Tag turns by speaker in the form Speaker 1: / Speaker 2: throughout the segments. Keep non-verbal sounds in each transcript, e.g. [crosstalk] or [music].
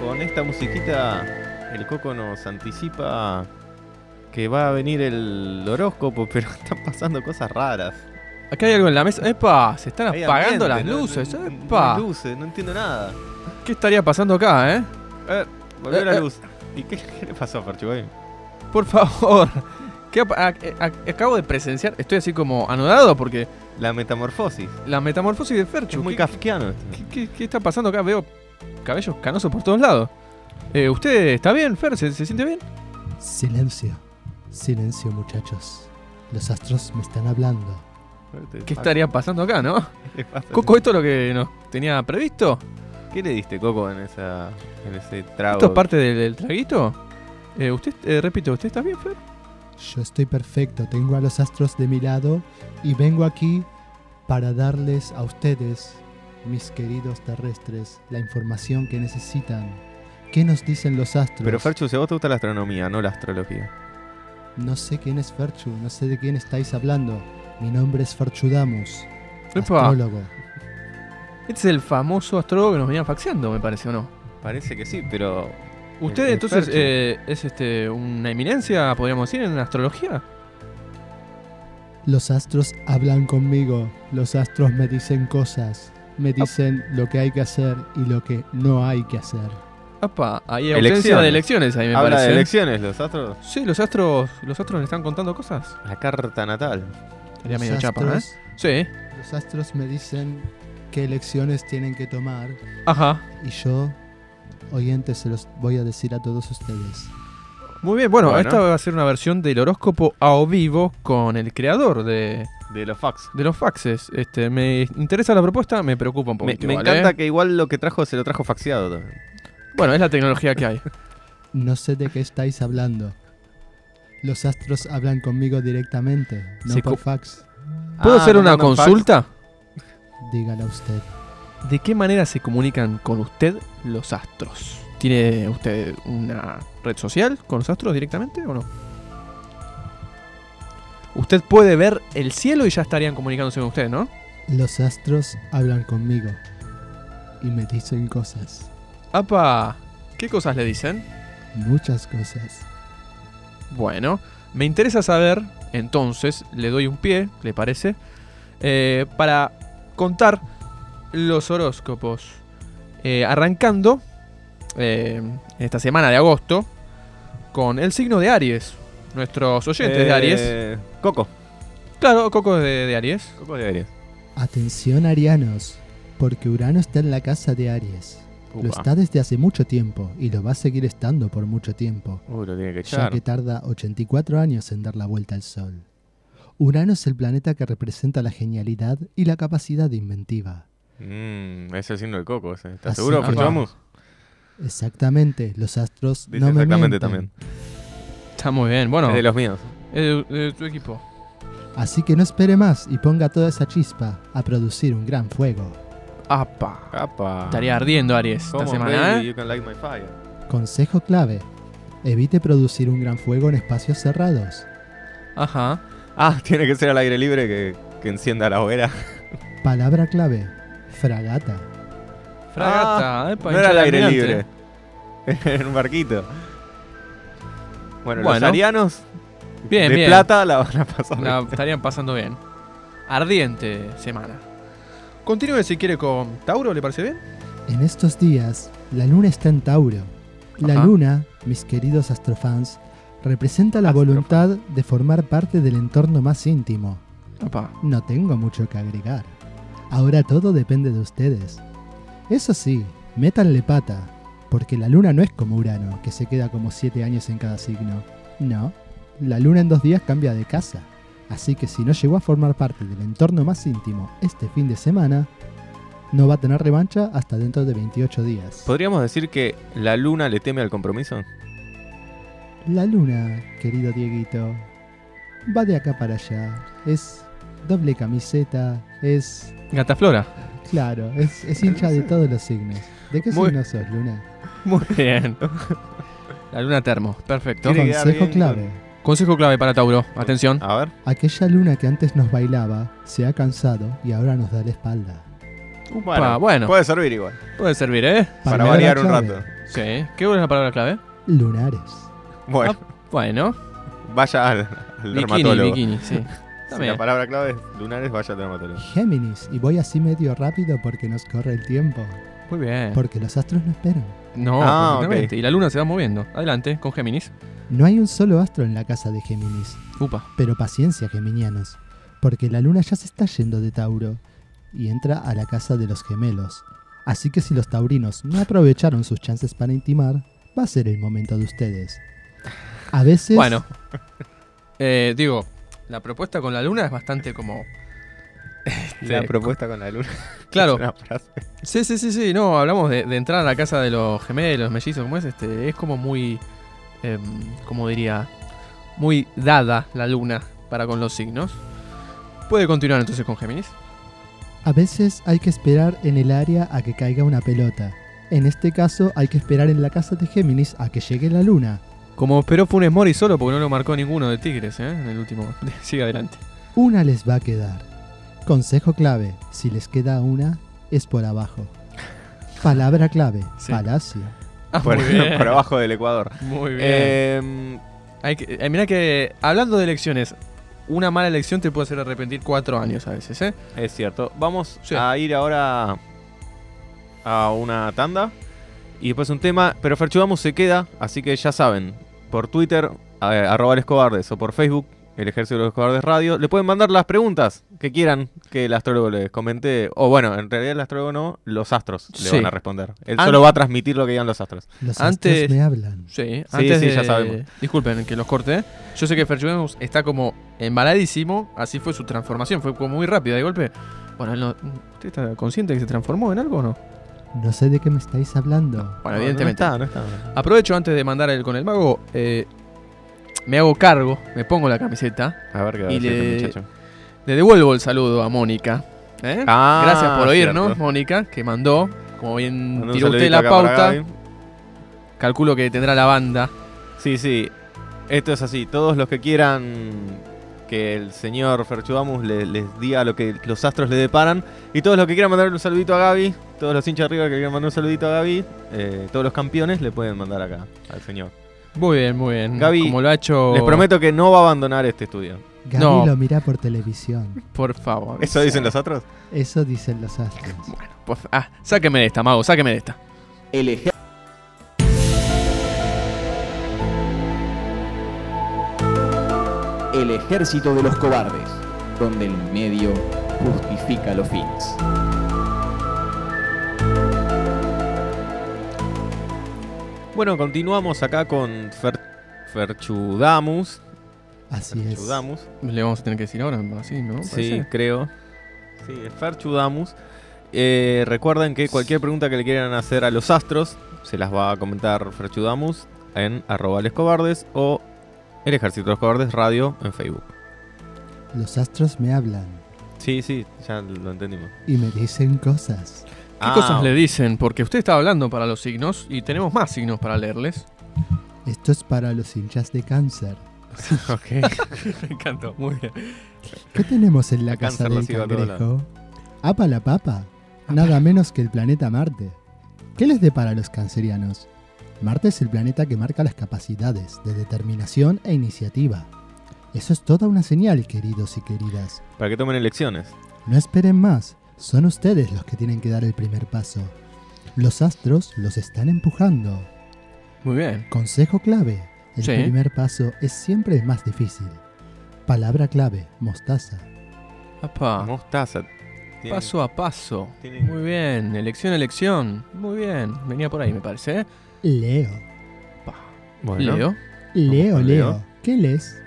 Speaker 1: con esta musiquita el Coco nos anticipa que va a venir el horóscopo, pero [laughs] están pasando cosas raras.
Speaker 2: Acá hay algo en la mesa. ¡Epa! Se están
Speaker 1: Hay
Speaker 2: Ah, apagando
Speaker 1: ambiente,
Speaker 2: las
Speaker 1: no-
Speaker 2: luces.
Speaker 1: no- no hay
Speaker 2: ¡Epa!
Speaker 1: luces, no entiendo nada.
Speaker 2: ¿Qué estaría pasando acá, eh?
Speaker 1: Eh, volvió
Speaker 2: Eh,
Speaker 1: la
Speaker 2: eh.
Speaker 1: luz. ¿Y qué, qué le pasó a Ferchiboy?
Speaker 2: Por favor. [laughs] ¿Qué ap- a- a- acabo de presenciar. Estoy así como anodado porque
Speaker 1: La metamorfosis.
Speaker 2: la metamorfosis de Ferchu.
Speaker 1: Es muy
Speaker 2: ¿qué-
Speaker 1: kafkiano. esto.
Speaker 2: ¿Qué, qué- qué está pasando acá? Veo cabellos canosos por todos lados. Eh, ¿Usted está bien, Fer? ¿Se, se siente bien?
Speaker 3: Silencio, silencio muchachos. Los astros me están hablando.
Speaker 1: [laughs]
Speaker 2: ¿Qué estaría pasando acá, no?
Speaker 1: le pasa?
Speaker 2: Coco, ¿esto es lo que nos tenía previsto?
Speaker 1: ¿Qué le diste, Coco, en, esa, en ese trago?
Speaker 2: ¿Esto es parte del, del traguito? Eh, usted, eh, repito, ¿usted está bien, Fer?
Speaker 3: Yo estoy perfecto, tengo a los astros de mi lado y vengo aquí para darles a ustedes, mis queridos terrestres, la información que necesitan. ¿Qué nos dicen los astros?
Speaker 1: Pero Ferchu, si a vos te gusta la astronomía, no la astrología.
Speaker 3: No sé quién es Ferchu, no sé de quién estáis hablando. Mi nombre es Ferchudamus,
Speaker 2: Epa,
Speaker 3: astrólogo.
Speaker 2: Este es el famoso astrólogo que nos venía faxeando, me parece, ¿o no?
Speaker 1: Parece que sí, pero
Speaker 2: ¿Usted
Speaker 1: El- el
Speaker 2: entonces
Speaker 1: Ferchu.
Speaker 2: eh, es este una eminencia, podríamos decir, en astrología?
Speaker 3: Los astros hablan conmigo, los astros me dicen cosas,
Speaker 2: Ah.
Speaker 3: me dicen lo que hay que hacer y lo que no hay que hacer.
Speaker 2: Apa, hay ausencia de elecciones ahí, me
Speaker 1: habla
Speaker 2: parece.
Speaker 1: de elecciones, los astros.
Speaker 2: Sí, los astros, los astros le están contando cosas.
Speaker 1: La carta natal.
Speaker 2: Sería
Speaker 3: Los
Speaker 2: medio chapa, ¿eh?
Speaker 3: astros-
Speaker 2: Sí.
Speaker 3: Los astros me dicen qué elecciones tienen que tomar
Speaker 2: Ajá.
Speaker 3: y yo, oyentes, se los voy a decir a todos ustedes.
Speaker 2: Muy bien, bueno,
Speaker 1: Bueno.
Speaker 2: esta va a ser una versión del horóscopo a o vivo con el creador de,
Speaker 1: De los fax.
Speaker 2: de los faxes. Este, me interesa la propuesta, me preocupa un
Speaker 1: Me,
Speaker 2: poquito.
Speaker 1: me
Speaker 2: igual,
Speaker 1: encanta
Speaker 2: ¿eh?
Speaker 1: que igual lo que trajo se lo trajo faxeado también.
Speaker 2: Bueno, es la tecnología que hay.
Speaker 3: No sé de qué estáis hablando. Los astros hablan conmigo directamente, no
Speaker 2: Se
Speaker 3: por
Speaker 2: co-
Speaker 3: fax.
Speaker 1: [laughs]
Speaker 2: ¿Puedo
Speaker 1: Ah,
Speaker 2: hacer una
Speaker 1: mandan un fax.
Speaker 2: consulta?
Speaker 3: Dígala usted.
Speaker 2: ¿De qué manera se comunican con usted los astros? ¿Tiene usted una red social con los astros directamente o no? Usted puede ver el cielo y ya estarían comunicándose con usted, ¿no?
Speaker 3: Los astros hablan conmigo y me dicen cosas,
Speaker 2: ¡Apa! ¿Qué cosas le dicen?
Speaker 3: muchas cosas.
Speaker 2: Bueno, me interesa saber, entonces le doy un pie, ¿le parece? Eh, para contar los horóscopos. Eh, arrancando eh, esta semana de agosto con el signo de Aries. Nuestros oyentes de Aries.
Speaker 1: Eh, Coco.
Speaker 2: Claro, Coco es de, de Aries.
Speaker 1: Coco de Aries.
Speaker 3: Atención arianos, porque Urano está en la casa de Aries.
Speaker 1: Upa.
Speaker 3: Lo está desde hace mucho tiempo y lo va a seguir estando por mucho tiempo.
Speaker 1: Uy, lo tiene que
Speaker 3: ya
Speaker 1: echar.
Speaker 3: que tarda 84 años en dar la vuelta al Sol. Urano es el planeta que representa la genialidad y la capacidad inventiva.
Speaker 1: Mm, es el signo del Coco. ese. ¿Estás
Speaker 3: Así
Speaker 1: seguro,
Speaker 3: que-
Speaker 1: Ferchamos?
Speaker 3: Exactamente, los astros
Speaker 1: Dice
Speaker 3: no me
Speaker 1: exactamente
Speaker 3: mienten.
Speaker 1: también.
Speaker 2: Está muy bien, bueno.
Speaker 1: Es de
Speaker 2: Es
Speaker 1: los míos.
Speaker 2: de, de tu equipo.
Speaker 3: Así que no espere más y ponga toda esa chispa a producir un gran fuego.
Speaker 2: Apa.
Speaker 1: Apa.
Speaker 2: Estaría ardiendo Aries esta
Speaker 1: Come on,
Speaker 2: semana,
Speaker 1: baby,
Speaker 2: ¿eh?
Speaker 1: you can light my fire.
Speaker 3: Consejo clave: evite producir un gran fuego en espacios cerrados.
Speaker 2: Ajá.
Speaker 1: Ah, [laughs] tiene que ser al aire libre que, que encienda la hoguera.
Speaker 3: Palabra clave: fragata.
Speaker 2: Fragata, epa,
Speaker 1: Ah, no era al
Speaker 2: hincha de
Speaker 1: aire
Speaker 2: almirante.
Speaker 1: libre. [laughs] Era un barquito. Bueno, los
Speaker 2: ¿eh? Bueno.
Speaker 1: arianos
Speaker 2: Bien,
Speaker 1: de
Speaker 2: bien.
Speaker 1: plata la van a pasar.
Speaker 2: La estarían pasando bien. Ardiente semana. Continúe si quiere con Tauro, ¿le parece bien?
Speaker 3: En estos días, la luna está en Tauro. La
Speaker 2: Ajá.
Speaker 3: luna, mis queridos astrofans, representa la
Speaker 1: Astrofans.
Speaker 3: voluntad de formar parte del entorno más íntimo.
Speaker 2: Papá.
Speaker 3: No tengo mucho que agregar. Ahora todo depende de ustedes. Eso sí, métanle pata, porque la luna no es como Urano, que se queda como 7 años en cada signo. No, la luna en dos días cambia de casa. Así que si no llegó a formar parte del entorno más íntimo este fin de semana, no va a tener revancha hasta dentro de 28 días.
Speaker 1: ¿Podríamos decir que la luna le teme al compromiso?
Speaker 3: La luna, querido Dieguito, va de acá para allá. Es doble camiseta, es
Speaker 2: Gataflora.
Speaker 3: Claro, es, es hincha de todos los signos. ¿De qué
Speaker 2: Muy-
Speaker 3: signo sos, Luna?
Speaker 2: Muy [laughs] bien. La luna termo, perfecto.
Speaker 1: Tiene que quedar
Speaker 3: Consejo
Speaker 1: bien
Speaker 3: clave.
Speaker 2: Consejo clave para Tauro, atención.
Speaker 1: A ver.
Speaker 3: Aquella luna que antes nos bailaba se ha cansado y ahora nos da la espalda.
Speaker 2: Pa, bueno,
Speaker 1: Puede servir igual.
Speaker 2: puede servir, ¿eh?
Speaker 1: Para
Speaker 3: Palabra
Speaker 1: variar un
Speaker 3: clave.
Speaker 1: rato.
Speaker 2: Sí. ¿Qué es la palabra clave?
Speaker 3: Lunares.
Speaker 1: Bueno,
Speaker 2: Bueno,
Speaker 1: vaya al, al
Speaker 2: Ah. bikini,
Speaker 1: dermatólogo.
Speaker 2: bikini, [laughs] sí.
Speaker 1: Si
Speaker 2: También.
Speaker 1: la palabra clave es lunares, vaya al dermatólogo.
Speaker 3: Géminis. Y voy así medio rápido porque nos corre el tiempo.
Speaker 2: Muy bien.
Speaker 3: Porque los astros no esperan.
Speaker 2: No,
Speaker 1: Ah,
Speaker 2: perfectamente. Y la luna se va moviendo. Adelante, con Géminis.
Speaker 3: No hay un solo astro en la casa de Géminis.
Speaker 2: Upa.
Speaker 3: Pero paciencia, geminianos. Porque la luna ya se está yendo de Tauro. Y entra a la casa de los gemelos. Así que si los taurinos no aprovecharon sus chances para intimar, va a ser el momento de ustedes. A veces...
Speaker 2: Bueno. Eh, digo, la propuesta con la luna es bastante como.
Speaker 1: La
Speaker 2: Este,
Speaker 1: propuesta con la luna.
Speaker 2: claro.
Speaker 1: [laughs] es una frase.
Speaker 2: Sí, sí, sí, sí. No, hablamos de, de entrar a la casa de los gemelos, mellizos, como es, este, es como muy, em, como diría, muy dada la luna para con los signos. Puede continuar entonces con Géminis.
Speaker 3: A veces hay que esperar en el área a que caiga una pelota. En este caso hay que esperar en la casa de Géminis a que llegue la luna.
Speaker 2: Como esperó Funes Mori solo porque no lo marcó ninguno de Tigres, ¿eh? En el último. [laughs] Sigue adelante.
Speaker 3: Una les va a quedar. Consejo clave, si les queda una, es por abajo. Palabra clave,
Speaker 2: Sí.
Speaker 3: palacio.
Speaker 2: Ah,
Speaker 1: Por,
Speaker 2: muy bien.
Speaker 1: por abajo del Ecuador.
Speaker 2: Muy bien.
Speaker 1: Eh,
Speaker 2: Hay que, eh, mirá que, hablando de elecciones, una mala elección te puede hacer arrepentir cuatro años a veces, ¿eh?
Speaker 1: es cierto. Vamos
Speaker 2: Sí.
Speaker 1: a ir ahora a una tanda y después un tema. Pero Ferchugamos se queda, así que ya saben, por Twitter, a- arroba los cobardes o por Facebook. El Ejército de los Cobardes Radio. Le pueden mandar las preguntas que quieran que el astrólogo les comente. O bueno, en realidad el astrólogo no, los astros le
Speaker 2: Sí. Ah,
Speaker 1: van a responder. Él
Speaker 2: An-
Speaker 1: solo va a transmitir lo que digan los astros.
Speaker 3: Los
Speaker 2: Antes-
Speaker 3: astros me hablan.
Speaker 2: Sí, antes
Speaker 1: sí,
Speaker 2: de-
Speaker 1: ya sabemos.
Speaker 2: Disculpen que los corte. ¿eh? Yo sé que Ferchugemos está como embaladísimo. Así fue su transformación. Fue como muy rápida de golpe. Bueno, él no- ¿usted está consciente de que se transformó en algo o no?
Speaker 3: No sé de qué me estáis hablando.
Speaker 2: Bueno,
Speaker 1: No,
Speaker 2: evidentemente.
Speaker 1: No, está, no está.
Speaker 2: Aprovecho antes de mandar el con el mago. eh, me hago cargo, me pongo la camiseta.
Speaker 1: A ver qué va a
Speaker 2: Y
Speaker 1: decir
Speaker 2: le-
Speaker 1: el muchacho.
Speaker 2: Le devuelvo el saludo a Mónica. ¿eh?
Speaker 1: Ah,
Speaker 2: Gracias por oírnos,
Speaker 1: cierto.
Speaker 2: Mónica, que mandó. Como bien
Speaker 1: Mandó un
Speaker 2: tiró usted
Speaker 1: saludito
Speaker 2: la
Speaker 1: acá para
Speaker 2: pauta,
Speaker 1: Gaby.
Speaker 2: calculo que tendrá la banda.
Speaker 1: Sí, sí. Esto es así. Todos los que quieran que el señor Ferchuamus le- les diga lo que los astros le deparan. Y todos los que quieran mandarle un saludito a Gaby, todos los hinchas arriba que quieran mandar un saludito a Gaby, eh, todos los campeones le pueden mandar acá al señor.
Speaker 2: Muy bien, muy bien.
Speaker 1: Gaby,
Speaker 2: como lo ha hecho.
Speaker 1: Les prometo que no va a abandonar este estudio.
Speaker 3: Gaby
Speaker 2: No.
Speaker 3: lo mira por televisión.
Speaker 2: Por favor.
Speaker 1: ¿Eso dicen los astros?
Speaker 3: Eso dicen los astros.
Speaker 2: Por fa- ah, sáqueme de esta, mago, sáqueme de esta.
Speaker 4: El ejército. El ejército de los cobardes, donde el medio justifica los fines.
Speaker 1: Bueno, continuamos acá con Fer Ferchudamus.
Speaker 3: Así es.
Speaker 1: Ferchudamus.
Speaker 2: Le vamos a tener que decir ahora, así, ¿no?
Speaker 1: Sí,
Speaker 2: Parece.
Speaker 1: creo. Sí, es Ferchudamus. Eh, recuerden que cualquier pregunta que le quieran hacer a los astros se las va a comentar Ferchudamus en arroba les cobardes o el ejército de los cobardes radio en Facebook.
Speaker 3: Los astros me hablan
Speaker 1: Sí, sí, ya lo entendimos. Ah,
Speaker 3: y me dicen cosas.
Speaker 2: ¿Qué cosas le dicen? Porque usted está hablando para los signos y tenemos más signos para leerles.
Speaker 3: Esto es para los hinchas de cáncer.
Speaker 2: [laughs]
Speaker 1: [laughs]
Speaker 2: Me encantó, muy bien.
Speaker 3: ¿Qué tenemos en la
Speaker 1: A cáncer
Speaker 3: casa
Speaker 1: lo
Speaker 3: del
Speaker 1: sigo a todos
Speaker 3: cangrejo? Apa la papa. Nada menos que el planeta Marte. ¿Qué les depara a los cancerianos? Marte es el planeta que marca las capacidades de determinación e iniciativa. Eso es toda una señal, queridos y queridas.
Speaker 1: Para que tomen elecciones.
Speaker 3: No esperen más, son ustedes los que tienen que dar el primer paso. Los astros los están empujando.
Speaker 2: Muy bien.
Speaker 3: Consejo clave. El
Speaker 2: Sí.
Speaker 3: primer paso es siempre el más difícil. Palabra clave, mostaza.
Speaker 1: Ah.
Speaker 2: Apa,
Speaker 1: Mostaza. Tienen-
Speaker 2: paso a paso.
Speaker 1: tienen-
Speaker 2: Muy bien, elección a elección. Muy bien, venía por ahí, me parece. ¿eh?
Speaker 3: Leo.
Speaker 1: Bueno.
Speaker 2: Leo.
Speaker 3: Leo,
Speaker 1: con Leo.
Speaker 3: Leo. ¿Qué lees?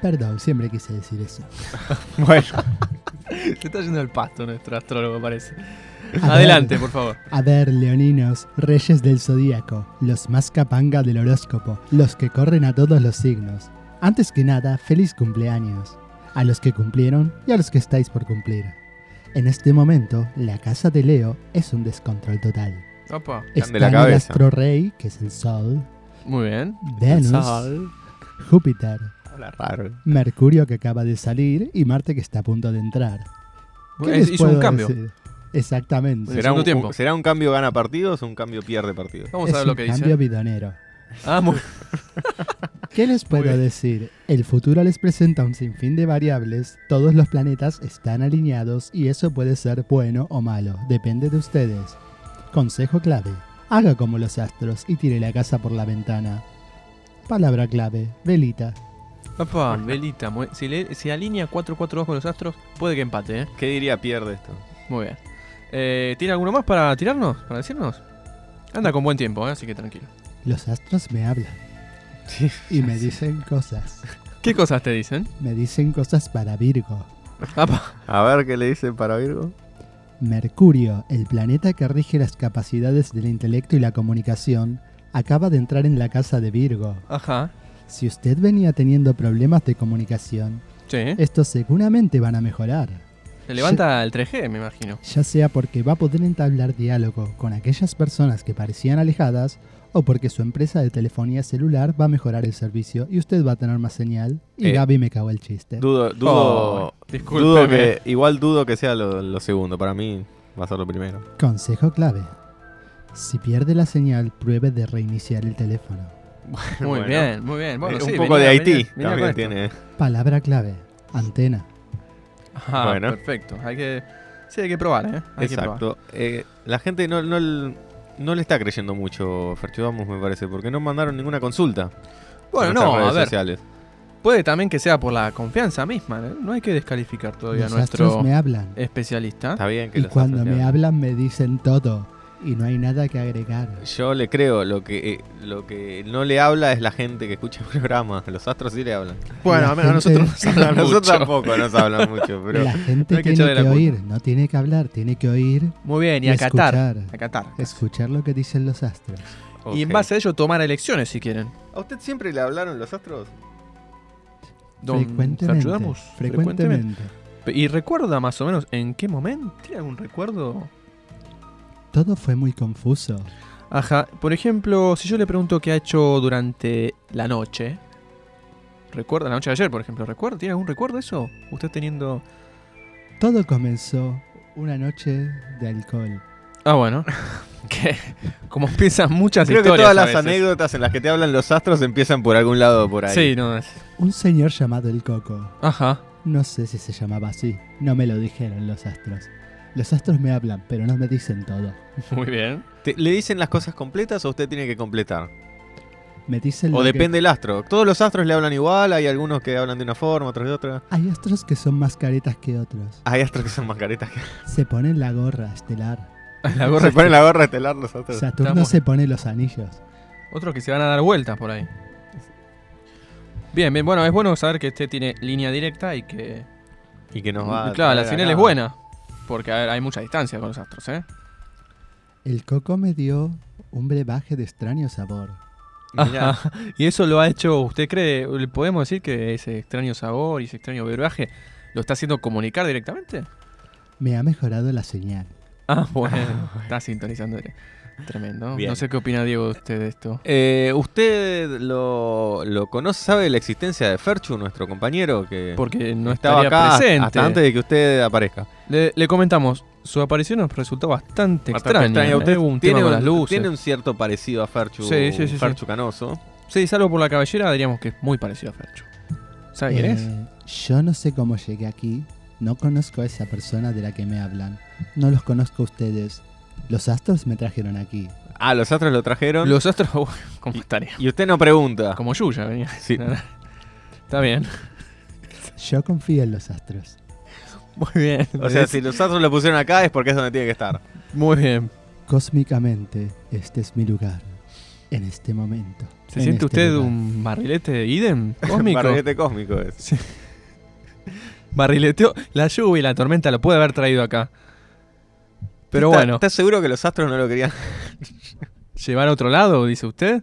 Speaker 3: Perdón, siempre quise decir eso.
Speaker 1: [laughs] Bueno.
Speaker 2: [laughs] Se está yendo al pasto nuestro astrólogo, parece.
Speaker 3: A
Speaker 2: Adelante,
Speaker 3: ver,
Speaker 2: por favor.
Speaker 3: a ver, leoninos, reyes del zodíaco, los más capanga del horóscopo, los que corren a todos los signos. Antes que nada, feliz cumpleaños. A los que cumplieron y a los que estáis por cumplir. En este momento, la casa de Leo es un descontrol total.
Speaker 2: Apa.
Speaker 1: Están
Speaker 3: Está
Speaker 1: de la
Speaker 3: el
Speaker 1: cabeza.
Speaker 3: astro rey, que es el Sol,
Speaker 2: Muy bien.
Speaker 3: Venus, Júpiter,
Speaker 1: Habla raro.
Speaker 3: Mercurio que acaba de salir y Marte que está a punto de entrar. ¿Qué
Speaker 2: Eh,
Speaker 3: les
Speaker 2: Hizo un
Speaker 3: puedo
Speaker 2: cambio.
Speaker 3: decir? Exactamente.
Speaker 2: Bueno,
Speaker 1: ¿Será
Speaker 2: segundo
Speaker 1: un,
Speaker 2: tiempo.
Speaker 1: un- ¿Será un cambio gana partidos o un cambio pierde partidos?
Speaker 2: Vamos
Speaker 3: es
Speaker 2: a ver lo
Speaker 3: un
Speaker 2: que
Speaker 3: cambio
Speaker 2: dice.
Speaker 3: bidonero.
Speaker 2: Ah, muy-
Speaker 3: ¿Qué les puedo
Speaker 2: bien.
Speaker 3: decir? El futuro les presenta un sinfín de variables, todos los planetas están alineados y eso puede ser bueno o malo, depende de ustedes. Consejo clave, haga como los astros y tire la casa por la ventana. Palabra clave, velita.
Speaker 2: Papá, velita. muy- Si, le- si alinea 4-4-2 con los astros, puede que empate, ¿eh?
Speaker 1: ¿Qué diría pierde esto?
Speaker 2: Muy bien. Eh, ¿Tiene alguno más para tirarnos? ¿Para decirnos? Anda con buen tiempo, ¿eh? así que tranquilo.
Speaker 3: Los astros me hablan
Speaker 1: Sí.
Speaker 3: y me dicen cosas.
Speaker 2: ¿Qué cosas
Speaker 1: [laughs]
Speaker 2: te dicen?
Speaker 3: Me dicen cosas para Virgo.
Speaker 2: Apa.
Speaker 1: A ver qué le dicen para Virgo.
Speaker 3: Mercurio, el planeta que rige las capacidades del intelecto y la comunicación, acaba de entrar en la casa de Virgo.
Speaker 2: Ajá.
Speaker 3: Si usted venía teniendo problemas de comunicación,
Speaker 1: ¿Eh?
Speaker 2: Sí.
Speaker 3: estos seguramente van a mejorar,
Speaker 2: Se levanta el 3G, me imagino.
Speaker 3: ya sea porque va a poder entablar diálogo con aquellas personas que parecían alejadas o porque su empresa de telefonía celular va a mejorar el servicio y usted va a tener más señal y
Speaker 1: Eh,
Speaker 3: Gaby me cagó el chiste.
Speaker 1: Dudo, dudo,
Speaker 2: Oh, discúlpeme.
Speaker 1: dudo que, igual dudo que sea lo, lo segundo. Para mí va a ser lo primero.
Speaker 3: Consejo clave. Si pierde la señal, pruebe de reiniciar el teléfono.
Speaker 2: [laughs] Muy
Speaker 1: Bueno.
Speaker 2: bien, muy bien. Bueno,
Speaker 1: Eh,
Speaker 2: sí,
Speaker 1: un poco
Speaker 2: venía-
Speaker 1: de Haití
Speaker 2: venía- venía con
Speaker 1: también
Speaker 2: esto.
Speaker 1: tiene.
Speaker 3: Palabra clave. Antena.
Speaker 2: Ajá,
Speaker 1: Bueno.
Speaker 2: perfecto. Hay que... Sí, hay que probar, ¿eh? Hay que probar.
Speaker 1: Exacto. Eh, la gente no, no, l- no le está creyendo mucho Ferchudamos, me parece, porque no mandaron ninguna consulta.
Speaker 2: Bueno,
Speaker 1: en nuestras
Speaker 2: no, a
Speaker 1: redes
Speaker 2: ver.
Speaker 1: sociales.
Speaker 2: Puede también que sea por la confianza misma, ¿eh? No hay que descalificar todavía a
Speaker 3: Los
Speaker 2: nuestro
Speaker 3: astros me hablan.
Speaker 2: especialista.
Speaker 1: Está bien eh, que
Speaker 3: Y
Speaker 1: los
Speaker 3: cuando
Speaker 1: asociados-
Speaker 3: me hablan me dicen todo. Y no hay nada que agregar.
Speaker 1: Yo le creo, lo que, eh, lo que no le habla es la gente que escucha [laughs] el programa. Los astros sí le hablan.
Speaker 2: Bueno,
Speaker 3: La
Speaker 2: a menos a
Speaker 3: gente-
Speaker 2: nosotros nos
Speaker 1: A [laughs]
Speaker 2: hablan
Speaker 1: nosotros
Speaker 2: mucho.
Speaker 1: tampoco nos hablan
Speaker 3: [laughs]
Speaker 1: mucho, pero
Speaker 3: la gente
Speaker 1: no hay que
Speaker 3: tiene
Speaker 1: echarle
Speaker 3: que
Speaker 1: la culpa.
Speaker 3: oír, no tiene que hablar, tiene que oír
Speaker 2: Muy bien, y
Speaker 3: Y
Speaker 2: acatar.
Speaker 3: escuchar.
Speaker 2: Acatar.
Speaker 3: Escuchar lo que dicen los astros.
Speaker 2: Y en
Speaker 1: Ok.
Speaker 2: base a ello tomar elecciones si quieren.
Speaker 1: ¿A usted siempre le hablaron los astros?
Speaker 2: Don
Speaker 3: frecuentemente,
Speaker 2: Ferchudamos,
Speaker 3: frecuentemente.
Speaker 2: Pe- Y recuerda más o menos en qué momento. ¿Tiene algún recuerdo?
Speaker 3: Todo fue muy confuso.
Speaker 2: Ajá. Por ejemplo, si yo le pregunto qué ha hecho durante la noche. ¿Recuerda la noche de ayer, por ejemplo? ¿Recuerda? ¿Tiene algún recuerdo de eso? Usted teniendo.
Speaker 3: Todo comenzó una noche de alcohol.
Speaker 2: Ah, bueno. [laughs] que como piensan muchas
Speaker 1: Creo que todas
Speaker 2: historias. a
Speaker 1: las
Speaker 2: veces.
Speaker 1: anécdotas en las que te hablan los astros empiezan por algún lado por ahí.
Speaker 2: Sí, no es.
Speaker 3: Un señor llamado el Coco.
Speaker 2: Ajá.
Speaker 3: No sé si se llamaba así. No me lo dijeron los astros. Los astros me hablan, pero no me dicen todo.
Speaker 2: Muy bien.
Speaker 1: Te- ¿Le dicen las cosas completas o usted tiene que completar?
Speaker 3: Me dicen
Speaker 1: O
Speaker 3: lo que-
Speaker 1: depende del astro. Todos los astros le hablan igual, hay algunos que hablan de una forma, otros de otra.
Speaker 3: Hay astros que son más caretas que otros.
Speaker 1: Hay astros que son más caretas que
Speaker 3: Se ponen la gorra estelar.
Speaker 2: La gorra.
Speaker 1: [laughs] Se ponen la gorra estelar los astros.
Speaker 3: Saturno
Speaker 2: estamos-
Speaker 3: se pone los anillos.
Speaker 2: Otros que se van a dar vueltas por ahí. Bien, bien. Bueno, es bueno saber que este tiene línea directa y que
Speaker 1: Y que nos va. a
Speaker 2: claro, la
Speaker 1: traer
Speaker 2: señal
Speaker 1: acá.
Speaker 2: es buena. Porque a ver, hay mucha distancia con los astros, ¿eh?
Speaker 3: El Coco me dio un brebaje de extraño sabor.
Speaker 1: Mirá,
Speaker 2: [laughs] Ajá. Y eso lo ha hecho, ¿usted cree? ¿Le podemos decir que ese extraño sabor y ese extraño brebaje lo está haciendo comunicar directamente?
Speaker 3: Me ha mejorado la señal.
Speaker 2: Ah, [laughs] bueno. está sintonizando. Tremendo.
Speaker 1: Bien.
Speaker 2: No sé qué opina Diego de usted de esto.
Speaker 1: eh, ¿Usted lo, lo conoce? ¿Sabe la existencia de Ferchu, nuestro compañero? Que
Speaker 2: Porque no
Speaker 1: estaba
Speaker 2: estaba
Speaker 1: acá
Speaker 2: presente.
Speaker 1: hasta antes de que usted aparezca.
Speaker 2: le, le comentamos, su aparición nos resultó bastante,
Speaker 1: Bastante
Speaker 2: extraña.
Speaker 1: Usted
Speaker 2: Hubo un
Speaker 1: tiene,
Speaker 2: tema con
Speaker 1: un,
Speaker 2: las luces.
Speaker 1: tiene un cierto parecido a Ferchu,
Speaker 2: Sí, sí, sí, sí.
Speaker 1: Ferchu Canoso.
Speaker 2: Sí, salvo por la cabellera, diríamos que es muy parecido a Fercho. ¿Sabe quién
Speaker 1: Mm.
Speaker 2: es?
Speaker 3: Eh, Yo no sé cómo llegué aquí. No conozco a esa persona de la que me hablan. No los conozco a ustedes. Los astros me trajeron aquí.
Speaker 1: Ah, los astros lo trajeron.
Speaker 2: Los astros, [laughs] como estaría?
Speaker 1: Y usted no pregunta.
Speaker 2: Como Yuya venía.
Speaker 1: Sí. [laughs]
Speaker 2: Está bien.
Speaker 3: Yo confío en los astros.
Speaker 2: Muy bien.
Speaker 1: O sea, si los astros lo pusieron acá es porque es donde tiene que estar. [laughs]
Speaker 2: Muy bien.
Speaker 3: Cósmicamente, este es mi lugar. En este momento.
Speaker 2: ¿Se
Speaker 3: En
Speaker 2: siente
Speaker 3: este
Speaker 2: usted
Speaker 3: lugar.
Speaker 2: un barrilete
Speaker 1: [laughs]
Speaker 2: de idem cósmico?
Speaker 1: Barrilete cósmico es.
Speaker 2: Barrileteó. La lluvia y la tormenta lo puede haber traído acá. Pero
Speaker 1: ¿Está-
Speaker 2: bueno,
Speaker 1: ¿Estás seguro que los astros no lo querían? [laughs]
Speaker 2: llevar a otro lado, dice usted.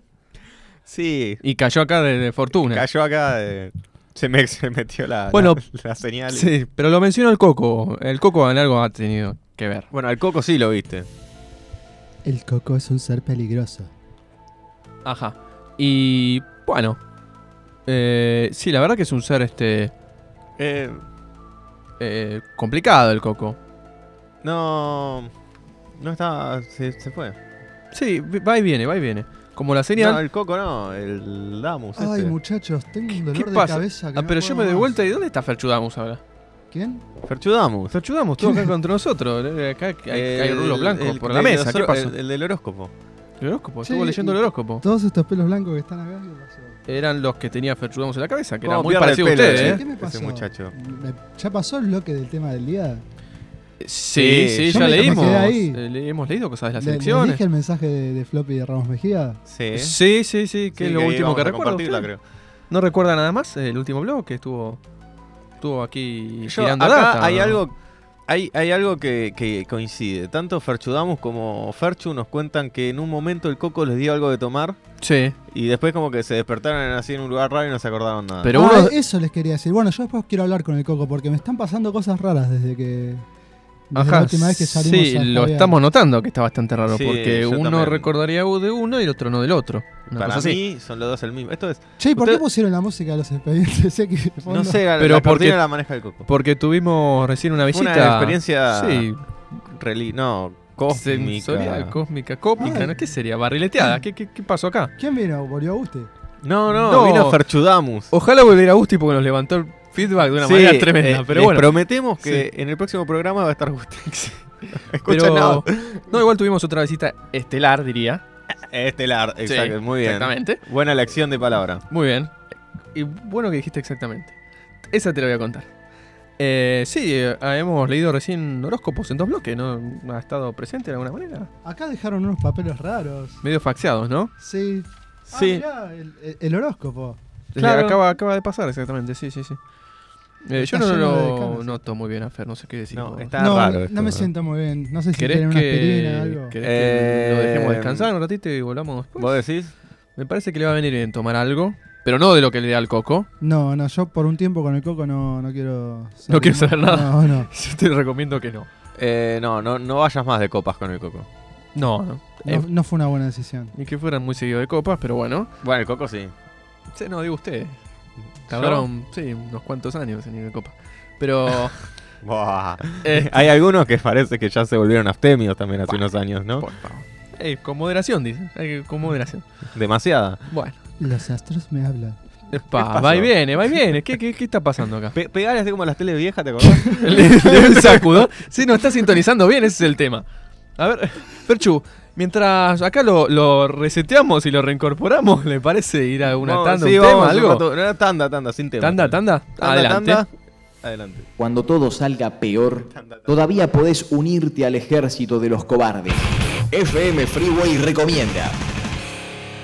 Speaker 1: Sí.
Speaker 2: Y cayó acá de, de fortuna.
Speaker 1: Cayó acá. eh, se, me, se metió la,
Speaker 2: Bueno,
Speaker 1: la, la señal. y-
Speaker 2: Sí, pero lo mencionó el Coco. El Coco en algo ha tenido que ver.
Speaker 1: Bueno, al coco sí lo viste.
Speaker 3: El coco es un ser peligroso.
Speaker 2: Ajá. Y bueno. eh, sí, la verdad que es un ser este
Speaker 1: Eh,
Speaker 2: eh, complicado el Coco.
Speaker 1: No. No está. Se, se fue.
Speaker 2: Sí, vi- va y viene, va y viene. Como la señal.
Speaker 1: No, el coco no, el Damus.
Speaker 3: Ay,
Speaker 1: este.
Speaker 3: muchachos, tengo un dolor
Speaker 2: ¿Qué
Speaker 3: de
Speaker 2: pasa?
Speaker 3: cabeza. que
Speaker 2: ah,
Speaker 3: no
Speaker 2: pero yo
Speaker 3: puedo
Speaker 2: me doy
Speaker 3: más.
Speaker 2: vuelta y ¿dónde está Ferchudamus ahora?
Speaker 3: ¿Quién?
Speaker 1: Ferchu Damus.
Speaker 2: Ferchudamus, estuvo [laughs] acá contra nosotros. eh, Acá hay, hay
Speaker 1: El-
Speaker 2: rulos blancos
Speaker 1: el
Speaker 2: por la
Speaker 1: del
Speaker 2: mesa. ¿Qué
Speaker 1: horó-
Speaker 2: pasó?
Speaker 1: El, el del horóscopo.
Speaker 2: El horóscopo,
Speaker 3: Sí,
Speaker 2: estuvo leyendo el
Speaker 3: y-
Speaker 2: horóscopo.
Speaker 3: Todos estos pelos blancos que están acá. ¿qué pasó?
Speaker 2: Eran los que tenía Ferchudamus en la cabeza, que
Speaker 1: ¿Cómo
Speaker 2: era muy
Speaker 1: pierde el
Speaker 2: parecido a
Speaker 1: pelo,
Speaker 2: ustedes,
Speaker 1: che?
Speaker 2: ¿eh?
Speaker 3: ¿Qué me
Speaker 1: Ese
Speaker 3: pasó?
Speaker 1: muchacho.
Speaker 3: Me- ¿Ya pasó el bloque del tema del día?
Speaker 2: ¿eh? Sí,
Speaker 1: Sí,
Speaker 2: sí,
Speaker 1: yo
Speaker 2: ya
Speaker 3: me- me
Speaker 2: leímos.
Speaker 3: quedé ahí.
Speaker 2: Eh, le- hemos leído cosas de las
Speaker 3: Le- ¿les
Speaker 2: elecciones.
Speaker 3: dije el mensaje de, de Floppy de Ramos Mejía?
Speaker 1: Sí.
Speaker 2: Sí, sí, sí,
Speaker 1: Sí,
Speaker 2: que es lo último
Speaker 1: íbamos
Speaker 2: que
Speaker 1: a
Speaker 2: recuerdo.
Speaker 1: compartirla,
Speaker 2: ¿Usted
Speaker 1: creo.
Speaker 2: ¿No recuerda nada más? El último blog que estuvo, estuvo aquí
Speaker 1: Yo,
Speaker 2: tirando
Speaker 1: acá
Speaker 2: data.
Speaker 1: hay algo, hay, hay algo que, que coincide. Tanto Ferchudamus como Ferchu nos cuentan que en un momento el coco les dio algo de tomar
Speaker 2: Sí,
Speaker 1: y después como que se despertaron así en un lugar raro y no se acordaron nada.
Speaker 2: Pero
Speaker 3: Ah,
Speaker 2: uno-
Speaker 3: Eso les quería decir. Bueno, yo después quiero hablar con el Coco porque me están pasando cosas raras desde que. desde la
Speaker 2: ajá.
Speaker 3: última vez que salimos
Speaker 2: Sí,
Speaker 3: a
Speaker 2: lo
Speaker 3: Fabián.
Speaker 2: estamos notando que está bastante raro
Speaker 1: Sí,
Speaker 2: porque
Speaker 1: yo
Speaker 2: uno
Speaker 1: también.
Speaker 2: recordaría de uno y el otro no del otro. Una
Speaker 1: Para
Speaker 2: cosa así.
Speaker 1: mí son los dos el mismo. Esto es,
Speaker 3: Che, ¿y ¿por
Speaker 1: Usted-
Speaker 3: qué pusieron la música de los expedientes? [laughs] Sé que de fondo-
Speaker 1: no sé, la-
Speaker 2: Pero
Speaker 1: la
Speaker 2: porque-
Speaker 1: cortina la maneja el coco.
Speaker 2: Porque tuvimos recién una
Speaker 1: Fue
Speaker 2: visita.
Speaker 1: Una experiencia
Speaker 2: Sí,
Speaker 1: reli- no, cósmica.
Speaker 2: sensorial, cósmica, cósmica.
Speaker 3: Ay.
Speaker 2: ¿no? ¿Qué sería?
Speaker 1: [laughs]
Speaker 2: ¿Barrileteada? ¿Qué, qué, qué pasó acá?
Speaker 3: ¿Quién vino? ¿Volvió Auguste?
Speaker 1: No, no,
Speaker 2: No.
Speaker 1: vino Ferchudamus.
Speaker 2: Ojalá volviera Gusti porque nos levantó el feedback de una
Speaker 1: Sí,
Speaker 2: manera tremenda.
Speaker 1: eh,
Speaker 2: pero
Speaker 1: les
Speaker 2: bueno,
Speaker 1: prometemos que en el próximo programa va a estar Gusti.
Speaker 2: [laughs]
Speaker 1: Escucha
Speaker 2: pero-
Speaker 1: nada.
Speaker 2: no, igual tuvimos otra visita estelar, diría.
Speaker 1: Estelar, exacto,
Speaker 2: Sí,
Speaker 1: muy bien.
Speaker 2: Exactamente.
Speaker 1: Buena elección de palabra.
Speaker 2: Muy bien. Y bueno que dijiste exactamente. Esa te la voy a contar. Eh, sí, eh, hemos leído recién horóscopos en dos bloques, ¿no? Ha estado presente de alguna manera.
Speaker 3: Acá dejaron unos papeles raros.
Speaker 2: Medio faxeados, ¿no?
Speaker 3: Sí.
Speaker 1: Sí.
Speaker 3: Ah, mirá, el, el- el horóscopo.
Speaker 2: Le
Speaker 1: Claro.
Speaker 2: Acaba, acaba de pasar, exactamente, sí, sí, sí. Eh, yo
Speaker 3: Está
Speaker 2: no
Speaker 3: lleno de
Speaker 2: lo
Speaker 3: canas.
Speaker 2: noto muy bien a Fer, no sé qué decir.
Speaker 1: No,
Speaker 2: vos.
Speaker 3: [laughs]
Speaker 1: está
Speaker 3: no,
Speaker 1: raro.
Speaker 3: no
Speaker 1: esto,
Speaker 3: me siento muy bien. No sé si
Speaker 2: ¿Querés
Speaker 3: quieren una aspirina o
Speaker 2: que,
Speaker 3: algo.
Speaker 2: querés que lo dejemos
Speaker 1: Eh,
Speaker 2: descansar un ratito y volvamos después?
Speaker 1: ¿Vos decís?
Speaker 2: Me parece que le va a venir bien tomar algo, pero no de lo que le da al coco. [laughs]
Speaker 3: No, no, yo por un tiempo con el Coco no, no quiero.
Speaker 2: No quiero
Speaker 3: más.
Speaker 2: saber nada.
Speaker 3: No, no.
Speaker 2: Yo te recomiendo que no.
Speaker 1: Eh, no, no, no vayas más de copas con el coco.
Speaker 2: No, no.
Speaker 3: No,
Speaker 2: [laughs] Eh,
Speaker 3: no fue una buena decisión.
Speaker 2: ni que fueran muy seguidos de copas, pero bueno.
Speaker 1: Bueno, el coco sí.
Speaker 2: Sí, no, digo ustedes. Tardaron, sí, unos cuantos años en ir de copa. [laughs] Pero.
Speaker 1: [laughs] Buah.
Speaker 2: eh,
Speaker 1: Hay algunos que parece que ya se volvieron aftemios también hace unos años, ¿no?
Speaker 2: [laughs] por favor. Eh, con moderación, dice. Hay que- con moderación.
Speaker 1: Demasiada.
Speaker 2: Bueno.
Speaker 3: Los astros me hablan.
Speaker 2: Pa, va y viene, va y viene. ¿Qué, qué, qué está pasando [laughs] acá?
Speaker 1: Pe pegar así como las teles viejas, ¿te acordás?
Speaker 2: le, le doy un sacudo. Sí, no está sintonizando bien, ese es el tema. A ver, Perchu, mientras acá lo, lo reseteamos y lo reincorporamos, ¿le parece ir a una
Speaker 1: Vamos,
Speaker 2: tanda,
Speaker 1: sí,
Speaker 2: un
Speaker 1: vamos,
Speaker 2: tema, algo?
Speaker 1: rato. No, tanda, tanda, sin tema.
Speaker 2: ¿Tanda, tanda?
Speaker 1: Tanda,
Speaker 2: Adelante.
Speaker 1: tanda. Adelante.
Speaker 4: Cuando todo salga peor, todavía podés unirte al ejército de los cobardes. FM Freeway recomienda